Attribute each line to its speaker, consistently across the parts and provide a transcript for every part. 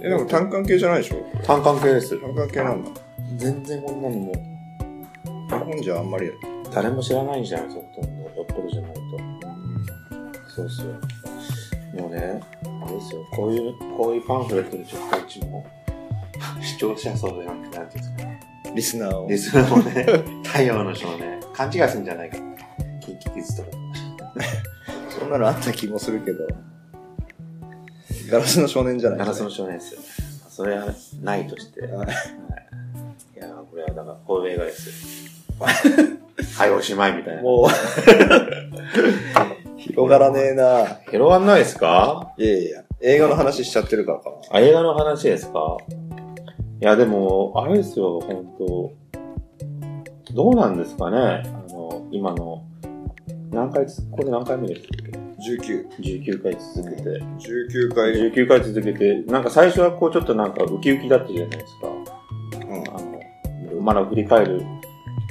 Speaker 1: え、でも単管系じゃないでしょ
Speaker 2: 単関係です。
Speaker 1: 単管系なんだ。
Speaker 2: 全然こんなのもう
Speaker 1: 日本じゃあんまり
Speaker 2: 誰も知らないんじゃないですか、ほとんど。よっぽどじゃないと。そうっすよ。もうね、あれですよ、こういう、こういうパンフレットでちょっとうちも、視聴者層でなんて、なんていうんですかね。
Speaker 1: リスナーを
Speaker 2: リスナーもね、太陽の少年、勘違いするんじゃないか。キンキキッズとか。
Speaker 1: そんなのあった気もするけどガラスの少年じゃない
Speaker 2: ガラスの少年ですよ。それはないとして。
Speaker 1: は
Speaker 2: はいいやーこれはだから、こういう映画ですよ。はい、おしまいみたいな。
Speaker 1: もう 広がらねえな
Speaker 2: 広がんないですか
Speaker 1: いやいや映画の話しちゃってるからかな
Speaker 2: あ、映画の話ですかいや、でも、あれですよ、本当どうなんですかねあの、今の、何回つ、これ何回目ですっ
Speaker 1: 1919
Speaker 2: け ?19 回続けて。
Speaker 1: 回、
Speaker 2: 19回続けて、なんか最初はこう、ちょっとなんかウキウキだったじゃないですか。
Speaker 1: うん、
Speaker 2: あの、まだ振り返る、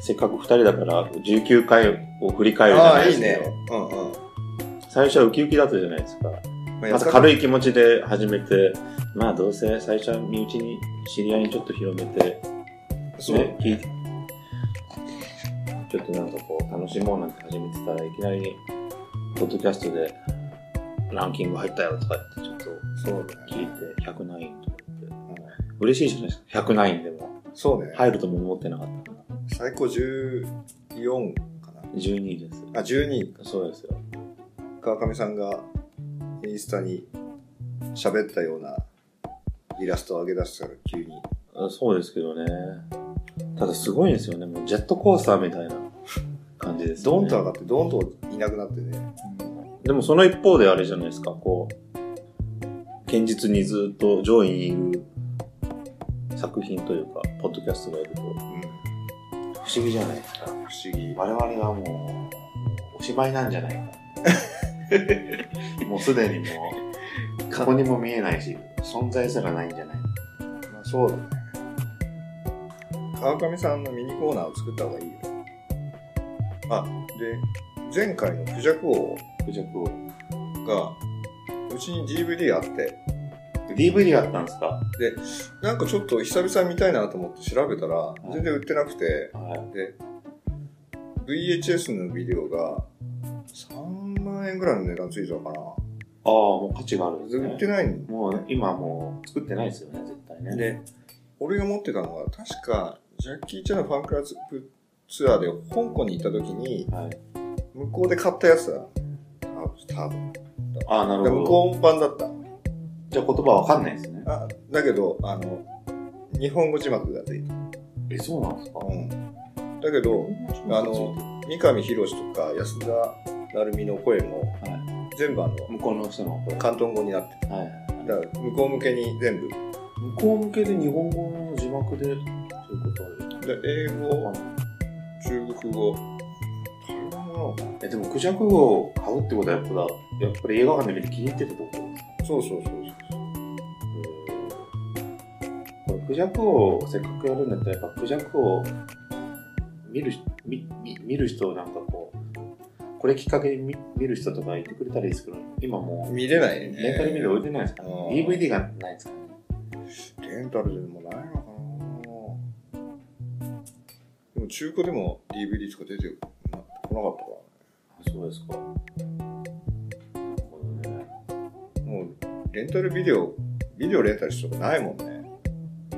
Speaker 2: せっかく2人だから、19回を振り返るじゃ
Speaker 1: あ
Speaker 2: な
Speaker 1: あ
Speaker 2: いで
Speaker 1: いい
Speaker 2: すか。
Speaker 1: ねうんうん
Speaker 2: 最初はウキウキだったじゃないですか。
Speaker 1: ま
Speaker 2: まず軽い気持ちで始めて、まあどうせ最初は身内に、知り合いにちょっと広めて、
Speaker 1: そう、
Speaker 2: ね聞いてちょっとなんかこう、楽しもうなんて始めてたらいきなり、ポッドキャストで、ランキング入ったよとか言って、ちょっ
Speaker 1: そうね
Speaker 2: と聞いて、100何位とか言って、嬉しいじゃないですか、100何位でも。
Speaker 1: そうね、
Speaker 2: 入るとも思ってなかったから。
Speaker 1: 最高14かな
Speaker 2: 12位です。
Speaker 1: あ12
Speaker 2: そうですよ。
Speaker 1: 川上さんがインスタに喋ったようなイラストを上げ出したら急に。
Speaker 2: そうですけどね。ただすごいんですよね。もうジェットコースターみたいな感じです、ね。
Speaker 1: ドンと上がって、ドンといなくなってね。
Speaker 2: でもその一方であれじゃないですか、こう、堅実にずっと上位にいる作品というか、ポッドキャストがいると、不
Speaker 1: うん。
Speaker 2: 思議じゃないですか。
Speaker 1: 不思議。
Speaker 2: 我々はもう、お芝居なんじゃない か。もうすでにもう、過去にも見えないし、存在すらないんじゃない
Speaker 1: まあ、そうだね。川上さんのミニコーナーを作った方がいいよ。あ、で、前回のクジャク王
Speaker 2: 不弱を。
Speaker 1: が、うちに DVD あって、
Speaker 2: DVD あったんですかは
Speaker 1: なんかちょっと久々見たいなと思って調べたら、全然売ってなくて、で、VHS のビデオが3万円ぐらいの値段ついたのかな。
Speaker 2: ああ、もう価値があるんです
Speaker 1: 全然売
Speaker 2: ね
Speaker 1: って。ないん
Speaker 2: もう今もう作ってないですよね、絶対ね。
Speaker 1: で、俺が持ってたのは、確か、ジャッキー・チェンのファンクラブツアーで香港に行った時に、
Speaker 2: はい、
Speaker 1: 向こうで買ったやつだ。多分。
Speaker 2: ああ、な
Speaker 1: 多分
Speaker 2: る
Speaker 1: で
Speaker 2: ほど。
Speaker 1: 向こう版だった。
Speaker 2: じゃあ言葉わかんないですね。
Speaker 1: あだけど、あの、日本語字幕がついた。
Speaker 2: え、そうなんですか
Speaker 1: うん。だけど、あの、三上博史とか安田成美の声も、
Speaker 2: は
Speaker 1: 全部あの、
Speaker 2: い、向こうの人の声。
Speaker 1: 関東語になって
Speaker 2: はいはい
Speaker 1: る
Speaker 2: は
Speaker 1: だから、向こう向けに全部。
Speaker 2: い、向こう向けで日本語の字幕で、ということは
Speaker 1: で英語、中国語、台湾語なのか
Speaker 2: え、でも、クジャク号を買うってことはやっぱだ、やっぱり映画館で見て気に入ってたところですか
Speaker 1: なそうそうそうそう。
Speaker 2: これ、クジャク王をせっかくやるんだったら、やっぱクジャクを見る人、見見見る人をなんかこう、これきっかけに見見る人とかいてくれたらいいですけど、今もう、
Speaker 1: 見れないね。
Speaker 2: レンタルビデオ置いてないですから、
Speaker 1: うん
Speaker 2: DVD がないですからね。
Speaker 1: レンタルでもないのかなでも中古でも DVD しか出てこなかったか
Speaker 2: そうですか。なるほどね。
Speaker 1: らもうレンタルビデオビデオレンタルしたことないもんね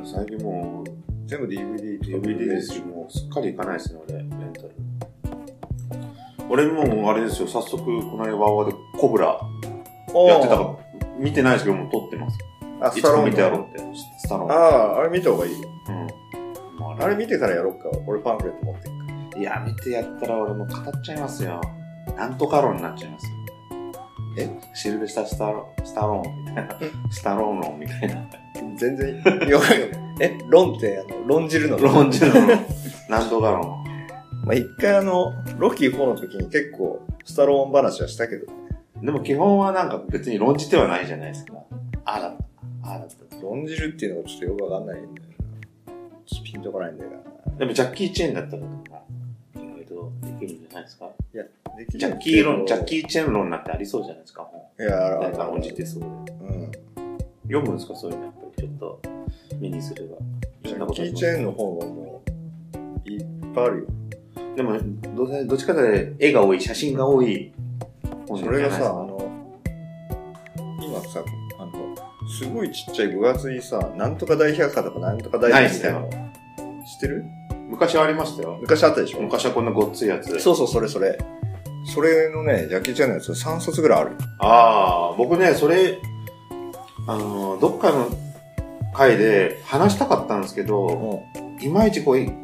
Speaker 2: 最近も
Speaker 1: 全部 DVD
Speaker 2: う、
Speaker 1: と
Speaker 2: DVD ですし、もうすっかり行かないですね、俺、レンタル。俺もうあれですよ、早速、この間ワーワーでコブラやってたから、見てないですけど、もう撮ってます。
Speaker 1: あ
Speaker 2: い
Speaker 1: ス
Speaker 2: つ
Speaker 1: タロ
Speaker 2: か
Speaker 1: ーン
Speaker 2: 見てやろうって、スタロ
Speaker 1: あ
Speaker 2: ーン。
Speaker 1: ああれ見た方がいいよ
Speaker 2: うん。もう
Speaker 1: あれ見てからやろうか俺パンフレット持ってく
Speaker 2: いや、見てやったら俺もう語っちゃいますよ。なんとか論になっちゃいますよ。えシルベスタースタロスタローンみたいな。スタローン論みたいな。
Speaker 1: 全然よく え論ってあの論じるの
Speaker 2: 論じ るの。なんとか論。
Speaker 1: まあ一回あのロキー4の時に結構スタローン話はしたけど
Speaker 2: でも基本はなんか別に論じてはないじゃないですか。ああだった。ああだった。
Speaker 1: 論じるっていうのがちょっとよくわかんないんだよなちょっとピンとこないんだよな
Speaker 2: でもジャッキー・チェンだったらなんか意外とできるんじゃないですか。
Speaker 1: いや、でき
Speaker 2: ジ
Speaker 1: る
Speaker 2: ャッキー論、ジャッ
Speaker 1: ー。
Speaker 2: キー・チェン論なんてありそうじゃないですか。も
Speaker 1: いや、
Speaker 2: う
Speaker 1: あ
Speaker 2: 誰
Speaker 1: る
Speaker 2: か
Speaker 1: あ
Speaker 2: 論
Speaker 1: る
Speaker 2: じてそうで。
Speaker 1: うん。
Speaker 2: 読むんですかそういうのやっぱりちょっと目にすれば。
Speaker 1: ジャッキー・チェーンの方はもう、いっぱいあるよ。
Speaker 2: でも、どうせどっちかというと絵が多い、写真が多い本
Speaker 1: そ
Speaker 2: なんじ
Speaker 1: れが
Speaker 2: ゃないですか。
Speaker 1: さ、あの、今さ、あの、すごいちっちゃい分厚いさ、なんとか大百科とかなんとか大百科みたいなの。知ってる
Speaker 2: 昔はありましたよ。
Speaker 1: 昔あったでしょ
Speaker 2: 昔はこんなごっついやつ。
Speaker 1: そうそう、それそれ。それのね、ジャッキー・チェーンのやつ3冊ぐらいあるよ。
Speaker 2: ああ、僕ね、それ、あの、どっかの回で話したかったんですけど、いまいちこう、伝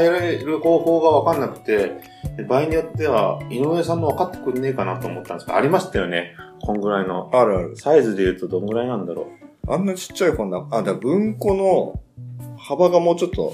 Speaker 2: える方法がわかんなくて、で場合によっては、井上さんも分かってくんねえかなと思ったんですけど、ありましたよね。こんぐらいの。
Speaker 1: あるある。
Speaker 2: サイズで言うとどんぐらいなんだろう。
Speaker 1: あんなちっちゃい本な、あ、だから文庫の幅がもうちょっと、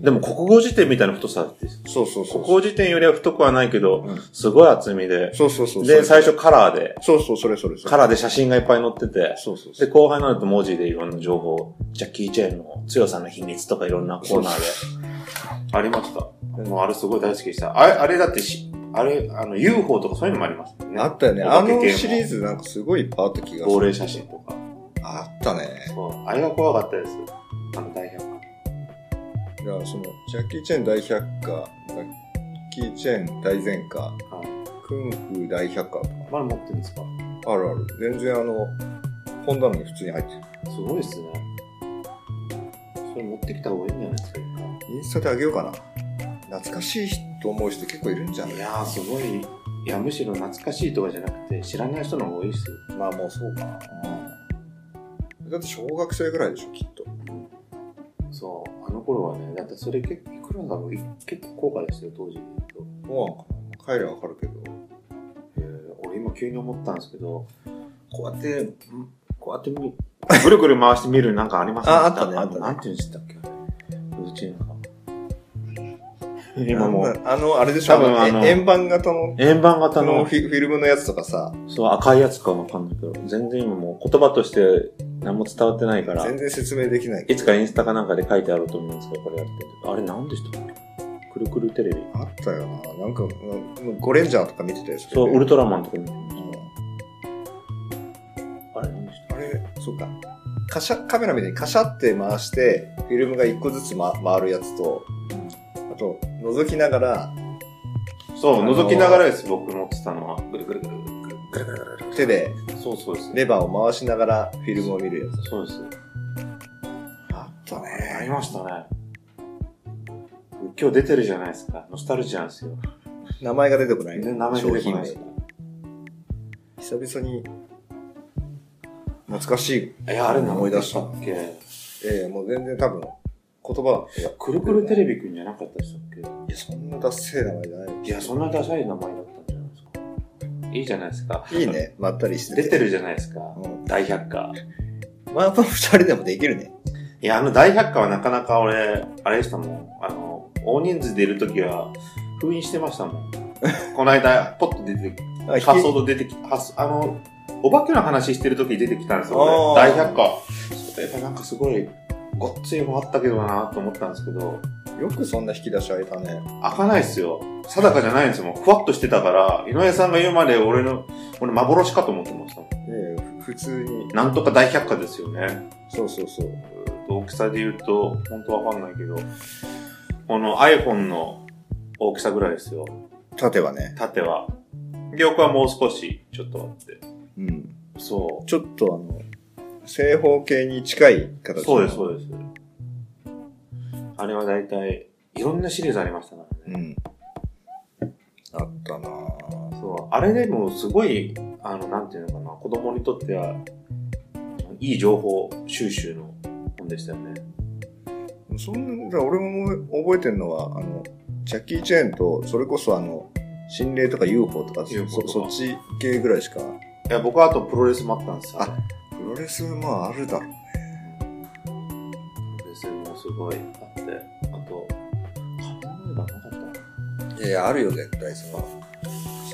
Speaker 2: でも国語辞典みたいな太さです。
Speaker 1: そうそうそう
Speaker 2: 国。語辞典よりは太くはないけど、
Speaker 1: うん
Speaker 2: すごい厚みで。
Speaker 1: そうそうそう。
Speaker 2: で、最初カラーで、
Speaker 1: そうそう、それそれそれ。
Speaker 2: カラーで写真がいっぱい載ってて、
Speaker 1: そうそうそ
Speaker 2: で、
Speaker 1: う。
Speaker 2: 後半になると文字でいろんな情報、ジャッキー・チェーンの強さの秘密とかいろんなコーナーで、ありました。もうあれすごい大好きでした。あれ、あれだってし、あれ、あの、UFO とかそういうのもありましたね。
Speaker 1: あったよね。
Speaker 2: お化
Speaker 1: あ
Speaker 2: け系
Speaker 1: の
Speaker 2: も
Speaker 1: シリーズなんかすごいいっぱいあった気がす
Speaker 2: 亡
Speaker 1: る。
Speaker 2: 霊写真とか。
Speaker 1: あったね。
Speaker 2: そう。あれが怖かったです。あの大百科。
Speaker 1: だからその、ジャッキー・チェーン大百科、ジャッキー・チェーン大全科、
Speaker 2: はい。
Speaker 1: クンフー大百科と
Speaker 2: まだ持ってるんですか
Speaker 1: か。あるある。全然あの、本棚に普通に入ってる。
Speaker 2: すごいですね。それ持ってきた方がいいんじゃないですか。
Speaker 1: インスタであげようかな。懐かしいと思う人結構いるんじゃない
Speaker 2: いやー、すごい。いや、むしろ懐かしいとかじゃなくて、知らない人の方が多いですよ。
Speaker 1: まあもうそうかな。
Speaker 2: うん
Speaker 1: だって小学生ぐらいでしょ、きっと。
Speaker 3: そう、あの頃はね、だってそれ結構、いくらだろう、い結構高価でしたよ、当時で言うと。
Speaker 1: もう、帰りゃわかるけど。
Speaker 3: えー俺今急に思ったんですけど、こうやって、んこうやってみ、
Speaker 2: ぐるぐる回して見るなんかあります
Speaker 1: ああったねあったね
Speaker 2: なんていうんでしたっけ幼稚園か。今も
Speaker 1: あ
Speaker 2: う、
Speaker 1: んなあの、あれでしょ、
Speaker 2: 多分
Speaker 1: あ
Speaker 2: あ
Speaker 1: の
Speaker 2: の
Speaker 1: え円盤型の、
Speaker 2: 円盤
Speaker 1: あ
Speaker 2: 型
Speaker 1: の
Speaker 2: の、
Speaker 1: フィフィルムのやつとかさ、
Speaker 2: そう、赤いやつかわかんないけど、全然今もう言葉として何も伝わってないから、
Speaker 1: 全然説明できないけ
Speaker 2: いつかインスタかなんかで書いてあろうと思うんですけど、これやってるあれ何でしたっけくるくるテレビ。
Speaker 1: ど。あったよな。なんか、うんゴレンジャーとか見てたやつ
Speaker 2: そう、ウルトラマンとか見て
Speaker 1: うん
Speaker 2: あれ何でした
Speaker 1: あれ、そうか。カシャ、カメラみたいにカシャって回して、フィルムが一個ずつ、ま、回るやつと、あと、覗きながら、
Speaker 2: そう、
Speaker 1: あのー
Speaker 2: 覗きながらです、僕持ってたのは。
Speaker 3: ぐるぐるぐるぐるぐるぐるぐるぐる。
Speaker 1: 手で
Speaker 2: そうそうです。
Speaker 1: レバーを回しながらフィルムを見るやつ。
Speaker 2: そうです。
Speaker 1: あった
Speaker 2: あり。ましたね。今日出てるじゃないですか。ノスタルジーなんですよ。
Speaker 1: 名前が出てこない。
Speaker 2: 全然名前出てこないで
Speaker 1: 商
Speaker 2: す
Speaker 1: 品名久々に、懐かしい。
Speaker 2: え、あれ
Speaker 1: 思い出した
Speaker 2: っけ
Speaker 1: ええもう全然多分、言葉、いや、
Speaker 2: くるくるテレビくんじゃなかったでしたっ
Speaker 1: いやそんなダッセー名前じゃない。
Speaker 2: けいや、そんなダサい名前だったんじゃないですか。いいじゃないですか。
Speaker 1: いいね、まったりして
Speaker 2: 出てるじゃないですか。
Speaker 1: うん
Speaker 2: 大百科。
Speaker 1: まあ、この二人でもできるね。
Speaker 2: いや、あの大百科はなかなか俺、あれでしたもん。あの、大人数でいるときは、封印してましたも ん。この間、ポッと出て
Speaker 1: あ
Speaker 2: 仮想と出てき、はすあの、お化けの話してる時に出てきたんですよ、俺
Speaker 1: あー
Speaker 2: 大百科。そういえばなんかすごい、ごっついもあったけどなと思ったんですけど、
Speaker 1: よくそんな引き出し開いたね。
Speaker 2: 開かないっすよ。定かじゃないんですよ。もうふわっとしてたから、井上さんが言うまで俺の、俺幻かと思ってましたもん。
Speaker 1: ええふ普通に。
Speaker 2: なんとか大百科ですよね。
Speaker 1: そうそうそう。
Speaker 2: うーんと大きさで言うと、本当わかんないけど、この iPhone の大きさぐらいですよ。
Speaker 1: 縦はね。
Speaker 2: 縦は。で、横はもう少し、ちょっとあって。
Speaker 1: うん。
Speaker 2: そう。
Speaker 1: ちょっとあの、正方形に近い形の
Speaker 2: そうです、そうです。あれは大体、いろんなシリーズありましたから
Speaker 1: う
Speaker 2: ね。
Speaker 1: ん。あったなぁ。
Speaker 2: そう。あれでも、すごい、あの、なんていうのかな、子供にとっては、いい情報収集の本でしたよね。
Speaker 1: そんな、だから俺も覚えてるのは、あの、ジャッキー・チェーンと、それこそあの、心霊とか UFO とか、そ
Speaker 2: UFO とか
Speaker 1: そっち系ぐらいしか。
Speaker 2: いや、僕はあとプロレスもあったんですよ。
Speaker 1: あプロレスはまああるだろう。
Speaker 2: プロレスもすごいあって、あと、仮面ライダーなかった
Speaker 1: いやいや、あるよ、絶対その。
Speaker 2: な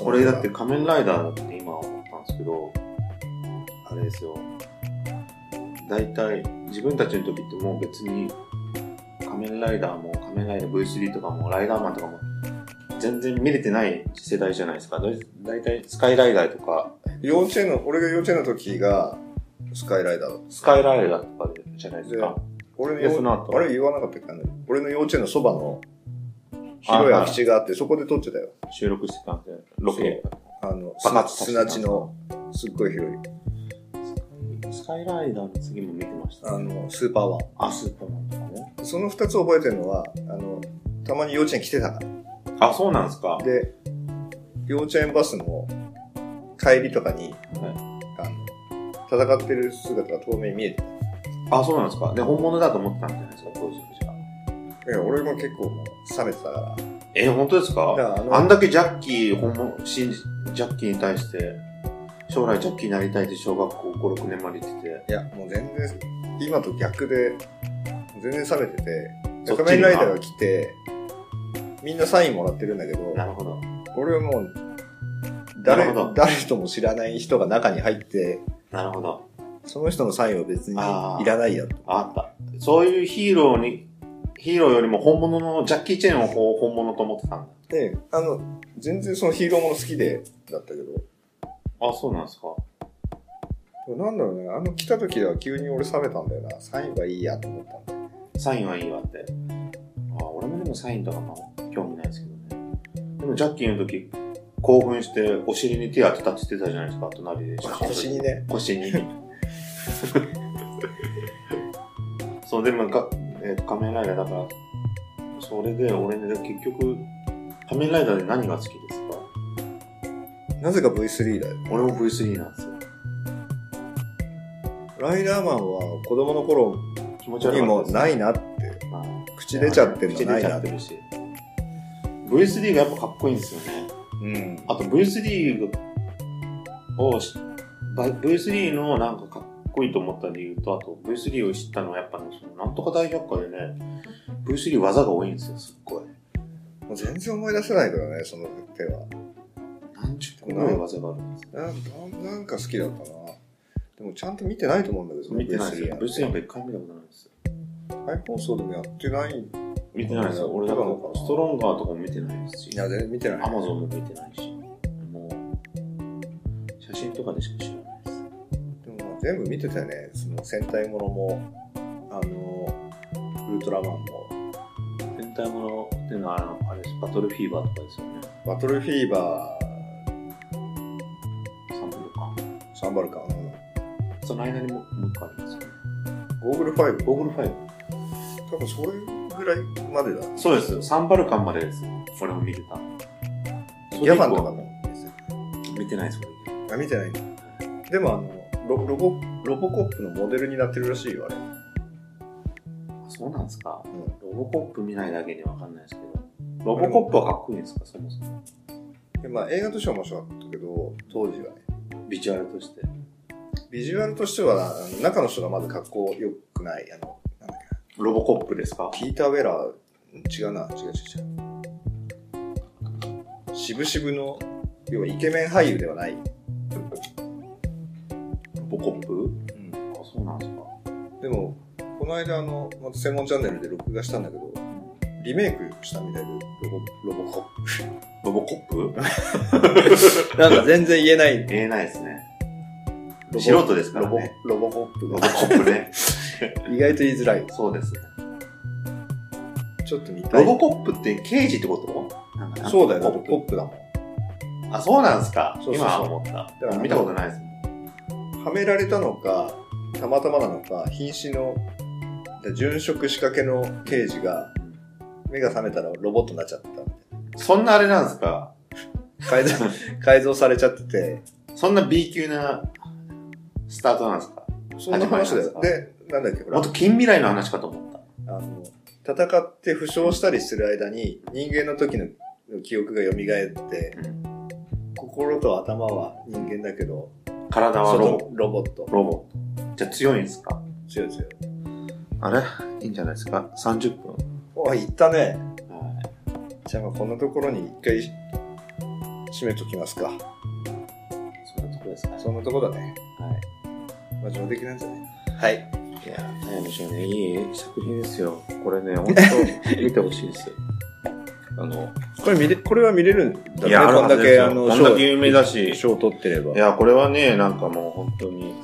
Speaker 2: 俺だって、仮面ライダーだって今思ったんですけど、あれですよ。大体、自分たちの時ってもう別に、仮面ライダーも仮面ライダー V3 とかもライダーマンとかも、全然見れてない世代じゃないですか。だい大体、スカイライダーとか、
Speaker 1: 幼稚園の、俺が幼稚園の時が、スカイライダーだった。
Speaker 2: スカイライダーとかじゃないですか。
Speaker 1: 俺の
Speaker 2: でその
Speaker 1: 幼、
Speaker 2: 後
Speaker 1: あれ言わなかったっけあの俺の幼稚園のそばの、広い空き地があって、そこで撮ってたよ。
Speaker 2: 収録してたんで、ロケ。
Speaker 1: あの、
Speaker 2: 爆発
Speaker 1: す
Speaker 2: させ
Speaker 1: 砂
Speaker 2: た
Speaker 1: 地の、すっごい広い。
Speaker 2: スカイライダーの次も見てました
Speaker 1: あ。の、スーパーワン。
Speaker 2: あ、スーパーマンとかね。
Speaker 1: その二つ覚えてるのは、あの、たまに幼稚園来てたか。。
Speaker 2: あ、そうなんですから
Speaker 1: で、幼稚園バスも、帰りとかに、あの、戦ってる姿が透明に見えてた。
Speaker 2: あ、そうなんですか。で、本物だと思ってたんじゃないですか、当時じゃあ。
Speaker 1: いや俺も結構もう冷めてたから。
Speaker 2: え、本当で
Speaker 1: だ
Speaker 2: すか
Speaker 1: からあの
Speaker 2: あんだけジャッキー、本物、信じ、ジャッキーに対して、将来ジャッキーになりたいって小学校5、6年まで言ってて、
Speaker 1: いや、もう全然、今と逆で、全然冷めてて、
Speaker 2: そっちに
Speaker 1: 仮面ライダーが来て、みんなサインもらってるんだけど、
Speaker 2: なるほど。
Speaker 1: 俺はもう、
Speaker 2: な
Speaker 1: 誰
Speaker 2: るほど、
Speaker 1: 誰とも知らない人が中に入って、
Speaker 2: なるほど。
Speaker 1: その人のサインは別に
Speaker 2: あー
Speaker 1: いらないやと。
Speaker 2: あった。そういうヒーローに、ヒーローよりも本物の、ジャッキー・チェーンをこう本物と思ってたんだ。
Speaker 1: で、あの、全然そのヒーローもの好きで、だったけど、で
Speaker 2: あ、そうなんですか。
Speaker 1: もなんだろうね、あの来た時は急に俺冷めたんだよな、サインはいいやと思ったんだ
Speaker 2: サインはいいわって。あ、俺もでもサインとかも興味ないですけどね。でもジャッキーの時、興奮してお尻に手当てたって言ってたじゃないですか、隣で。
Speaker 1: 腰にね。
Speaker 2: 腰に。そう、でもか、えーと仮面ライダーだから、それで俺ね、結局、仮面ライダーで何が好きですか
Speaker 1: なぜか V3 だよ。
Speaker 2: 俺も V3 なんですよ。
Speaker 1: ライダーマンは子供の頃
Speaker 2: 気持ち悪
Speaker 1: に
Speaker 2: い
Speaker 1: もないな、
Speaker 3: まあ
Speaker 1: 口出ちゃってる
Speaker 3: 口出
Speaker 1: のない
Speaker 3: ちゃ
Speaker 1: な
Speaker 3: っ
Speaker 1: ってて。
Speaker 3: るし。VSD がやっぱかっこいいんですよね。
Speaker 1: うん。
Speaker 3: あと VSD をし、ば VSD のなんかかっこいいと思った理由と、あと VSD を知ったのはやっぱね、そのなんとか大百科でね、VSD 技が多いんですよ、すっごい。
Speaker 1: もう全然思い出せないけどね、その手は。
Speaker 3: 何十個ぐらい技があるんですよ。
Speaker 1: なんなんか好きだったな。でもちゃんと見てないと思うんだけどね、
Speaker 3: 見てないですよ。
Speaker 1: 別
Speaker 3: VSD
Speaker 1: に
Speaker 3: なんか一回見たことないですよ。
Speaker 1: 再放送でもやってない。い
Speaker 3: 見てないですよ。俺だからストロンガーとかも見てないですし、
Speaker 1: や、全然見てない。
Speaker 3: アマゾンも見てないし、もう、写真とかでしか知らないです。
Speaker 1: でもまあ全部見てたよね。その戦隊ものも、あの、ウルトラマンも、
Speaker 3: 戦隊ものっていうのはあの、あれです、バトルフィーバーとかですよね。
Speaker 1: バトルフィーバ
Speaker 3: サンプルか。
Speaker 1: ー、サンバルカン、
Speaker 3: その間にももう一個ありますよね。
Speaker 1: ゴーグル5、
Speaker 3: ゴーグルファイブ
Speaker 1: 多分それぐらいまでだ。
Speaker 3: そうですよ。サンバルカンまでです。これも見てた。
Speaker 1: ギャバンとかも。
Speaker 3: 見てないです、これ。
Speaker 1: あ、見てないんだでもあのロ、ロボ、ロボコップのモデルになってるらしいよ、あれ。
Speaker 3: あそうなんですか。
Speaker 1: ん
Speaker 3: ロボコップ見ないだけにわかんないですけど。ロボコップはかっこいいんですか、そもそも。
Speaker 1: でまあ映画としては面白かったけど、当時はね。
Speaker 3: ビジュアルとして。
Speaker 1: ビジュアルとしては、あの中の人がまず格好良くない。あの、なんだっけ
Speaker 3: ロボコップですか
Speaker 1: なピーター・ウェラー、違うな、違う違う違う。渋々の、要はイケメン俳優ではない。
Speaker 3: ロボコップあ、そうなんですか。
Speaker 1: でも、この間、あの、また専門チャンネルで録画したんだけど、リメイクしたみたいで、ロボ、ロボコ
Speaker 3: ロボコップ
Speaker 1: ップ。なんか全然言えない。
Speaker 3: 言えないですね。
Speaker 1: ロボ
Speaker 3: 素人ですから
Speaker 1: ロボ
Speaker 3: ね。、
Speaker 1: ロボコップ
Speaker 3: ロボ
Speaker 1: が
Speaker 3: コップね。
Speaker 1: 意外と言いづらい。
Speaker 3: そう ですね。
Speaker 1: ちょっと見たい。
Speaker 3: ロボコップって刑事ってことなんか
Speaker 1: そうだよ、
Speaker 3: ロ
Speaker 1: ロ
Speaker 3: ボ
Speaker 1: ボ
Speaker 3: コ
Speaker 1: コ
Speaker 3: ッ
Speaker 1: ッ
Speaker 3: プ
Speaker 1: プだも
Speaker 3: あ、そうなんですか。
Speaker 1: そうそうそう
Speaker 3: 今思っ
Speaker 1: らあ
Speaker 3: た。
Speaker 1: の
Speaker 3: 見たことないですね。
Speaker 1: ん。はめられたのか、たまたまなのか、瀕死の、殉職仕掛けの刑事が、目が覚めたらロボットになっちゃった。
Speaker 3: そんなあれなんですか
Speaker 1: 改 造、改造されちゃって て、
Speaker 3: そんな B 級なスタートなんですか
Speaker 1: そんな話だ
Speaker 3: 始
Speaker 1: よ。
Speaker 3: まりなん
Speaker 1: で、なんだっけ、ほら
Speaker 3: もっ、と近未来の話かと思った。
Speaker 1: あの、戦って負傷したりする間に、人間の時の記憶が蘇って、
Speaker 3: うん
Speaker 1: 心と頭は人間だけど、
Speaker 3: 体は
Speaker 1: 外
Speaker 3: ロ
Speaker 1: のロボット
Speaker 3: ボ。。ロボ。じゃあ強いんですか
Speaker 1: 強い強い。
Speaker 2: あれいいんじゃないですか ?30 分。
Speaker 1: おい、行ったね。
Speaker 3: はい
Speaker 1: じゃあまあこんなところに一回、締めときますか。
Speaker 3: そんなとこですかね。
Speaker 1: そんなとこだね。
Speaker 3: はい。
Speaker 1: まあ上出来なんじゃないはい。
Speaker 2: いやー、早見翔ね、いい作品ですよ。こ れね、本当見てほしいですよ。あの、
Speaker 1: これ見れ、これは見れるんだ
Speaker 2: いや
Speaker 1: ね。こんだけ、
Speaker 2: あ
Speaker 1: あ
Speaker 2: る
Speaker 1: の、
Speaker 2: はずですよこんだけ有名だし
Speaker 1: 賞を取ってれば。
Speaker 2: いや、これはね、なんかもう本当に、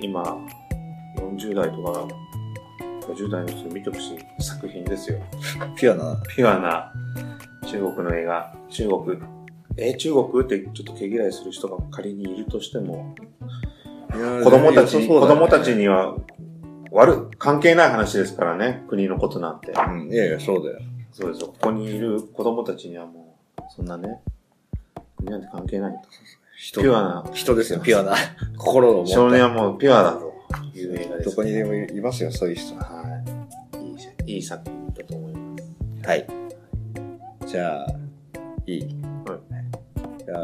Speaker 2: 今、40代とか、50代の人に見てほしい作品ですよ。
Speaker 1: ピュアな。
Speaker 2: ピュアな中国の映画。中国。えー中国ってちょっと毛嫌いする人が仮にいるとしても、子供たちに、子供たちには、悪、関係ない話ですからね、国のことなんて。
Speaker 1: うん、いやいや、そうだよ。
Speaker 2: そうですよ。ここにいる子供たちにはもう、そんなね、国なんて関係ないと。
Speaker 1: 人
Speaker 2: ピュアな、
Speaker 1: 人ですよ、ピュアな。心を持った
Speaker 2: 少年はもうピュアだという映画で
Speaker 1: ど
Speaker 2: す。
Speaker 1: こにでもいますよ、そういう人。
Speaker 2: はい。いい、いい作品だと思います。
Speaker 1: はい。じゃあ、いい。
Speaker 2: は
Speaker 1: じゃあ、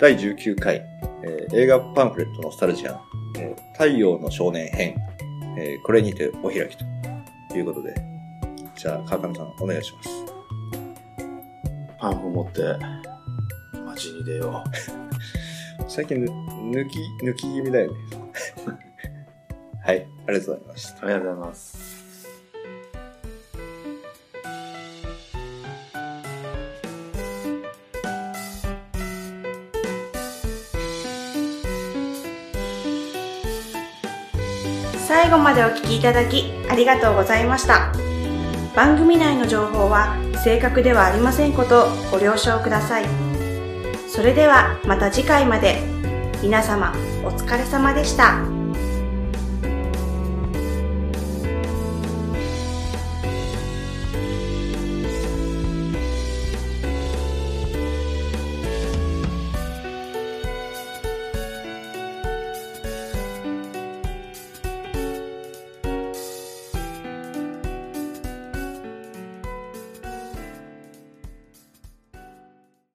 Speaker 1: 第19回、えー映画パンフレットノスタルジアン、えー太陽の少年編、えーこれにてお開きということで、じゃあ、川上さん、お願いします。
Speaker 2: パンフ持って、街に出よう。
Speaker 1: 最近、抜き、抜き気味だよね。 はい、ありがとうございました。
Speaker 2: ありがとうございます。
Speaker 4: 最後までお聞きいただきありがとうございました番組内の情報は正確ではありませんことをご了承くださいそれではまた次回まで皆様お疲れ様でした。